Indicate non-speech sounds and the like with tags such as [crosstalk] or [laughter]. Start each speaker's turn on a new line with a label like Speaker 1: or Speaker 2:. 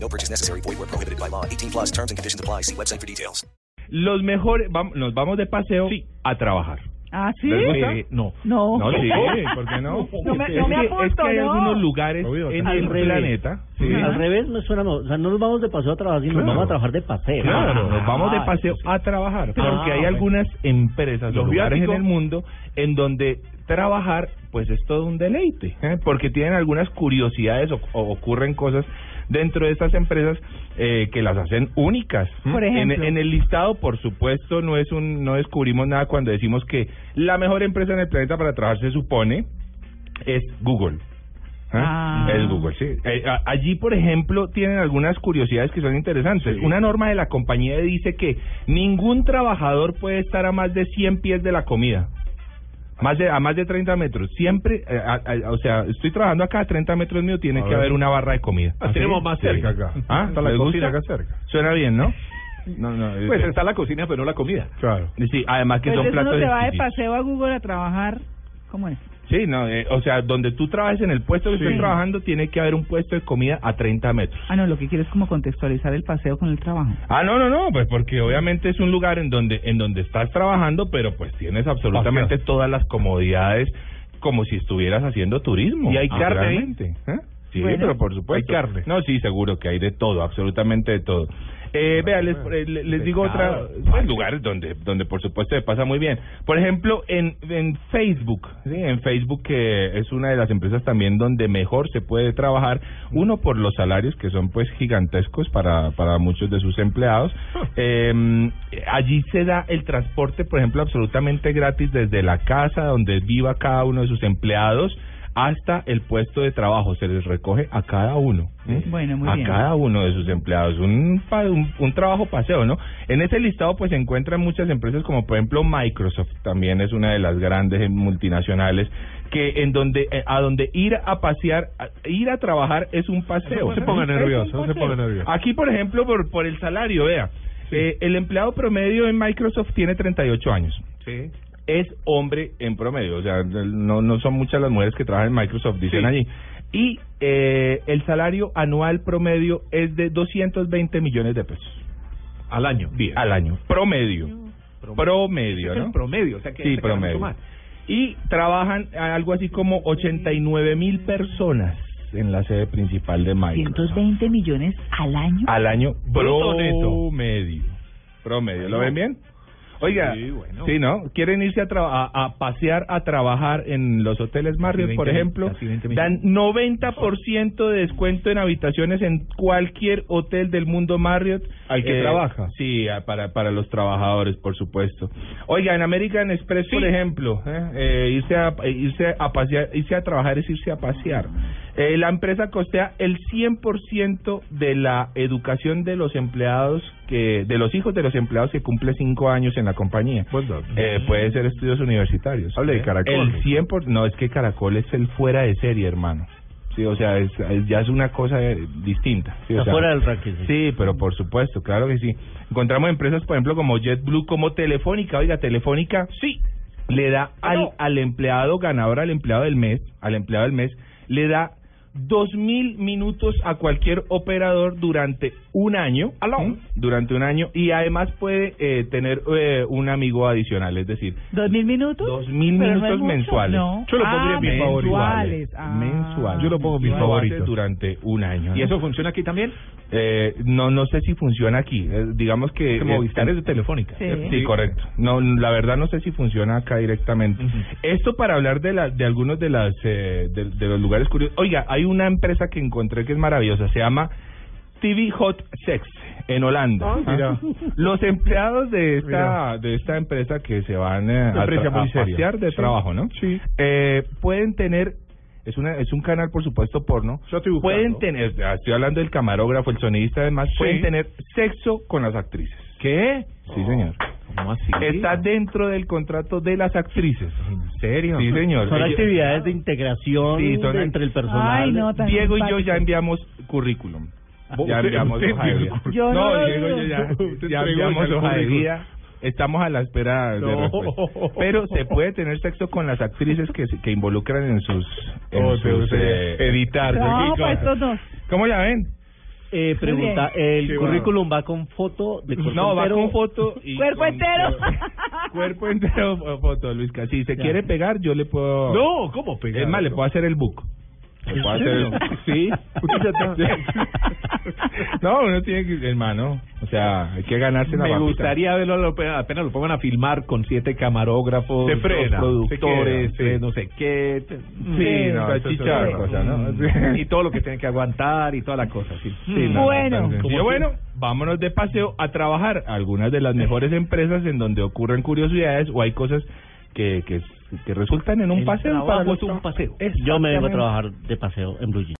Speaker 1: No purchase necessary. Void where prohibited by law. 18 plus terms and conditions apply. See website for details.
Speaker 2: Los mejores, vam- nos vamos de paseo a trabajar.
Speaker 3: ¿Ah, sí?
Speaker 2: ¿Les gusta? Eh, no.
Speaker 3: No.
Speaker 4: [laughs]
Speaker 2: No, [laughs] sí, ¿por qué no?
Speaker 3: No me- no me
Speaker 2: Es que-
Speaker 3: apunto,
Speaker 2: es que hay
Speaker 3: no.
Speaker 2: algunos lugares
Speaker 4: Obvio,
Speaker 2: en
Speaker 4: al
Speaker 2: el
Speaker 4: revés.
Speaker 2: planeta. sí,
Speaker 4: Al revés no suena, o sea, no nos vamos de paseo a trabajar, sino
Speaker 2: Claro.
Speaker 4: nos vamos a trabajar de paseo.
Speaker 2: Claro, nos vamos de
Speaker 4: Ah,
Speaker 2: paseo a trabajar, porque
Speaker 4: Ah,
Speaker 2: hay
Speaker 4: ok.
Speaker 2: algunas empresas o
Speaker 5: Los
Speaker 2: lugares en
Speaker 5: viáticos.
Speaker 2: el mundo en donde trabajar pues es todo un deleite, ¿eh? porque tienen algunas curiosidades o, o ocurren cosas dentro de estas empresas eh, que las hacen únicas.
Speaker 3: Por
Speaker 2: En-
Speaker 3: ejemplo.
Speaker 2: en, el listado, por supuesto, no es un no descubrimos nada cuando decimos que la mejor empresa en el planeta para trabajar se supone es Google. ¿Ah?
Speaker 3: Ah.
Speaker 2: Es Google, sí. Eh, a- allí, por ejemplo, tienen algunas curiosidades que son interesantes. Una norma de la compañía dice que ningún trabajador puede estar a más de 100 pies de la comida. Más de, a más de 30 metros. Siempre, eh, a- a- o sea, estoy trabajando acá a 30 metros mío, tiene
Speaker 5: A
Speaker 2: que
Speaker 5: ver.
Speaker 2: haber una barra de comida.
Speaker 5: La tenemos más cerca acá.
Speaker 2: ¿Ah?
Speaker 5: Está la
Speaker 2: ¿les gusta?
Speaker 5: cocina acá cerca.
Speaker 2: Suena bien,
Speaker 5: [laughs]
Speaker 2: ¿no? No, no. es-
Speaker 5: Pues está la cocina, pero no la comida.
Speaker 2: claro. Sí, además que
Speaker 3: Pues
Speaker 2: son
Speaker 3: eso
Speaker 2: platos
Speaker 3: uno se va de
Speaker 2: exquisitos.
Speaker 3: paseo a Google a trabajar. ¿Cómo es?
Speaker 2: Sí, no, eh, o sea, donde tú trabajes en el puesto que estás trabajando, tiene que haber un puesto de comida a 30 metros.
Speaker 3: Ah, no, lo que quiero es como contextualizar el paseo con el trabajo.
Speaker 2: Ah, no, no, no, pues porque obviamente es un lugar en donde en donde estás trabajando, pero pues tienes absolutamente
Speaker 5: Paseo.
Speaker 2: todas las comodidades como si estuvieras haciendo turismo. Ah,
Speaker 5: Y hay carne ahí.
Speaker 2: Realmente, ¿eh? Sí,
Speaker 3: Bueno.
Speaker 2: pero por supuesto.
Speaker 5: Hay carne.
Speaker 2: No, sí, seguro que hay de todo, absolutamente de todo. Eh, vea, les, eh, le- les digo otra,
Speaker 5: Pescado.
Speaker 2: pues, lugares donde donde por supuesto se pasa muy bien. Por ejemplo, en, en Facebook, ¿sí? en Facebook que es una de las empresas también donde mejor se puede trabajar, uno por los salarios que son pues gigantescos para, para muchos de sus empleados. Eh, allí se da el transporte, por ejemplo, absolutamente gratis desde la casa donde viva cada uno de sus empleados hasta el puesto de trabajo, se les recoge a cada uno. ¿sí?
Speaker 3: Bueno, muy
Speaker 2: a
Speaker 3: bien.
Speaker 2: cada uno de sus empleados. Un, pa- un, un trabajo paseo, ¿no? En ese listado pues se encuentran muchas empresas como por ejemplo Microsoft, también es una de las grandes eh, multinacionales que en donde eh, a donde ir a pasear, a- ir a trabajar es un paseo.
Speaker 5: No se ponga
Speaker 2: Es un
Speaker 5: nervioso, no se
Speaker 2: paseo.
Speaker 5: ponga nervioso.
Speaker 2: Aquí por ejemplo por, por el salario, vea, eh, el empleado promedio en Microsoft tiene 38 años
Speaker 5: Sí.
Speaker 2: es hombre en promedio. O sea, no, no son muchas las mujeres que trabajan en Microsoft, dicen
Speaker 5: Sí.
Speaker 2: allí. Y eh, el salario anual promedio es de 220 millones de pesos
Speaker 5: Al año. Bien.
Speaker 2: al año. Promedio. Promedio,
Speaker 5: Es el
Speaker 2: ¿no?
Speaker 5: promedio, o sea que
Speaker 2: Sí,
Speaker 5: se gana
Speaker 2: promedio.
Speaker 5: mucho más.
Speaker 2: Y trabajan ah, algo así como 89 mil personas en la sede principal de Microsoft.
Speaker 3: 120 millones al año.
Speaker 2: al año
Speaker 5: Bruto neto.
Speaker 2: promedio. Promedio, ¿lo ven bien? Oiga,
Speaker 5: Sí, bueno.
Speaker 2: sí, ¿no? ¿Quieren irse a, tra- a, a pasear, a trabajar en los hoteles Marriott,
Speaker 5: Casi
Speaker 2: por
Speaker 5: 20,
Speaker 2: ejemplo?
Speaker 5: casi 20
Speaker 2: Dan 90% de descuento en habitaciones en cualquier hotel del mundo Marriott. eh,
Speaker 5: Al que trabaja.
Speaker 2: Sí, a- para, para los trabajadores, por supuesto. Oiga, en American Express, por ejemplo, ¿eh? Eh, irse, a, eh, irse a pasear, irse a trabajar es irse a pasear. Eh, la empresa costea el 100% de la educación de los empleados, que de los hijos de los empleados que cumple cinco años en la compañía.
Speaker 5: Buen dato.
Speaker 2: Eh, puede ser estudios universitarios. ¿Eh?
Speaker 5: Hable de Caracol.
Speaker 2: El 100%, no, es que Caracol es el fuera de serie, hermano. Sí, o sea, es- es- ya es una cosa eh, distinta. Sí, o
Speaker 4: Está
Speaker 2: sea,
Speaker 4: fuera del ranking.
Speaker 2: Sí, pero por supuesto, claro que sí. Encontramos empresas, por ejemplo, como JetBlue, como Telefónica. Oiga, Telefónica sí le da al, al empleado ganador, al empleado del mes, al empleado del mes, le da dos mil minutos a cualquier operador durante un año, ¿sí? durante un año, y además puede eh, tener eh, un amigo adicional, es decir,
Speaker 3: ¿Dos mil minutos?
Speaker 2: Dos mil
Speaker 3: Pero no
Speaker 2: minutos
Speaker 3: es mucho,
Speaker 2: mensuales.
Speaker 3: No.
Speaker 5: Yo lo
Speaker 3: Ah,
Speaker 5: pondría en mis favoritos.
Speaker 3: mensuales. Ah,
Speaker 2: eh. mensuales.
Speaker 5: Yo lo pongo en mis
Speaker 2: Lo hace
Speaker 5: favoritos.
Speaker 2: durante un año.
Speaker 5: ¿Y
Speaker 2: ¿no?
Speaker 5: eso funciona aquí también?
Speaker 2: Eh, no, no sé si funciona aquí. Eh, digamos que
Speaker 5: Que Movistar es de Telefónica.
Speaker 3: Sí.
Speaker 2: Sí, correcto. No, la verdad no sé si funciona acá directamente.
Speaker 5: Ujú.
Speaker 2: Esto para hablar de, la, de algunos de, las, eh, de, de los lugares curiosos. Oiga, hay una empresa que encontré que es maravillosa. Se llama TV Hot Sex en Holanda.
Speaker 3: Oh,
Speaker 5: Ah, mira.
Speaker 2: Los empleados de esta,
Speaker 5: Mira.
Speaker 2: de esta empresa que se van eh,
Speaker 5: Una
Speaker 2: a,
Speaker 5: empresa
Speaker 2: tra-
Speaker 5: muy
Speaker 2: a
Speaker 5: seria.
Speaker 2: pasear de
Speaker 5: Sí.
Speaker 2: trabajo, ¿no?
Speaker 5: Sí.
Speaker 2: Eh, pueden tener es una es un canal por supuesto porno.
Speaker 5: Yo estoy buscando.
Speaker 2: pueden tener, ah, estoy hablando del camarógrafo, el sonidista, además pueden tener sexo con las actrices.
Speaker 5: ¿Qué?
Speaker 2: Sí, señor.
Speaker 5: ¿Cómo así?
Speaker 2: Está dentro del contrato de las actrices.
Speaker 5: ¿En serio?
Speaker 2: Sí, señor.
Speaker 4: Son
Speaker 2: Ellos-
Speaker 4: actividades de integración
Speaker 2: Sí, son
Speaker 4: de-
Speaker 2: act-
Speaker 4: entre el personal.
Speaker 3: Ay, no, tan
Speaker 2: Diego y yo
Speaker 3: simpático.
Speaker 2: ya enviamos currículum.
Speaker 5: Vos-
Speaker 2: Ya
Speaker 5: usted-
Speaker 2: enviamos
Speaker 5: usted
Speaker 2: hoja de
Speaker 5: envió
Speaker 2: vida.
Speaker 5: el
Speaker 3: Yo no
Speaker 2: No,
Speaker 3: lo
Speaker 2: Diego y yo
Speaker 3: digo.
Speaker 2: ya,
Speaker 5: Usted
Speaker 2: ya
Speaker 5: entregó
Speaker 2: enviamos
Speaker 5: el
Speaker 2: hoja de
Speaker 5: currículum.
Speaker 2: vida. Estamos a la espera de
Speaker 5: No.
Speaker 2: respuesta. Pero se puede tener sexo con las actrices que, se- que involucran en sus... en
Speaker 5: Oh, te
Speaker 2: sus,
Speaker 5: gusta
Speaker 2: eh,
Speaker 5: editar.
Speaker 3: Trabajo
Speaker 5: Kiko.
Speaker 3: para estos dos.
Speaker 2: ¿Cómo ya ven?
Speaker 4: Eh, pregunta,
Speaker 5: Qué
Speaker 4: ¿el
Speaker 5: bueno.
Speaker 4: currículum va con foto de cuerpo
Speaker 2: No, va
Speaker 4: entero?
Speaker 2: con foto y...
Speaker 3: Cuerpo
Speaker 2: con-
Speaker 3: entero.
Speaker 2: [laughs] Cuerpo entero o foto, Luis Ca- Si se
Speaker 4: Ya.
Speaker 2: quiere pegar, yo le puedo...
Speaker 5: No, ¿cómo pegar?
Speaker 2: Es más, le puedo hacer el book. Le puedo hacer el...
Speaker 5: [laughs]
Speaker 2: Sí. [laughs] no, uno tiene que... Hermano, o sea, hay que ganarse la
Speaker 5: Me
Speaker 2: papita.
Speaker 5: gustaría verlo a lo- apenas lo pongan a filmar con siete camarógrafos,
Speaker 2: Se
Speaker 5: dos
Speaker 2: frena,
Speaker 5: productores,
Speaker 2: se queda, sí.
Speaker 5: tres no sé qué. t-
Speaker 2: Sí, no,
Speaker 5: salchicha,
Speaker 2: eso es otra cosa, ¿no?
Speaker 5: mm, Y todo lo que tienen que aguantar y toda la cosa, sí.
Speaker 2: Sí, no,
Speaker 3: Bueno.
Speaker 2: no, no, no. Y bueno, vámonos de paseo a trabajar a algunas de las mejores empresas en donde ocurren curiosidades o hay cosas que, que, que resultan en un
Speaker 4: El
Speaker 2: paseo.
Speaker 4: trabajo
Speaker 2: para
Speaker 4: es un
Speaker 2: vos-
Speaker 4: paseo. Yo me vengo a trabajar de paseo en Blue Jeans.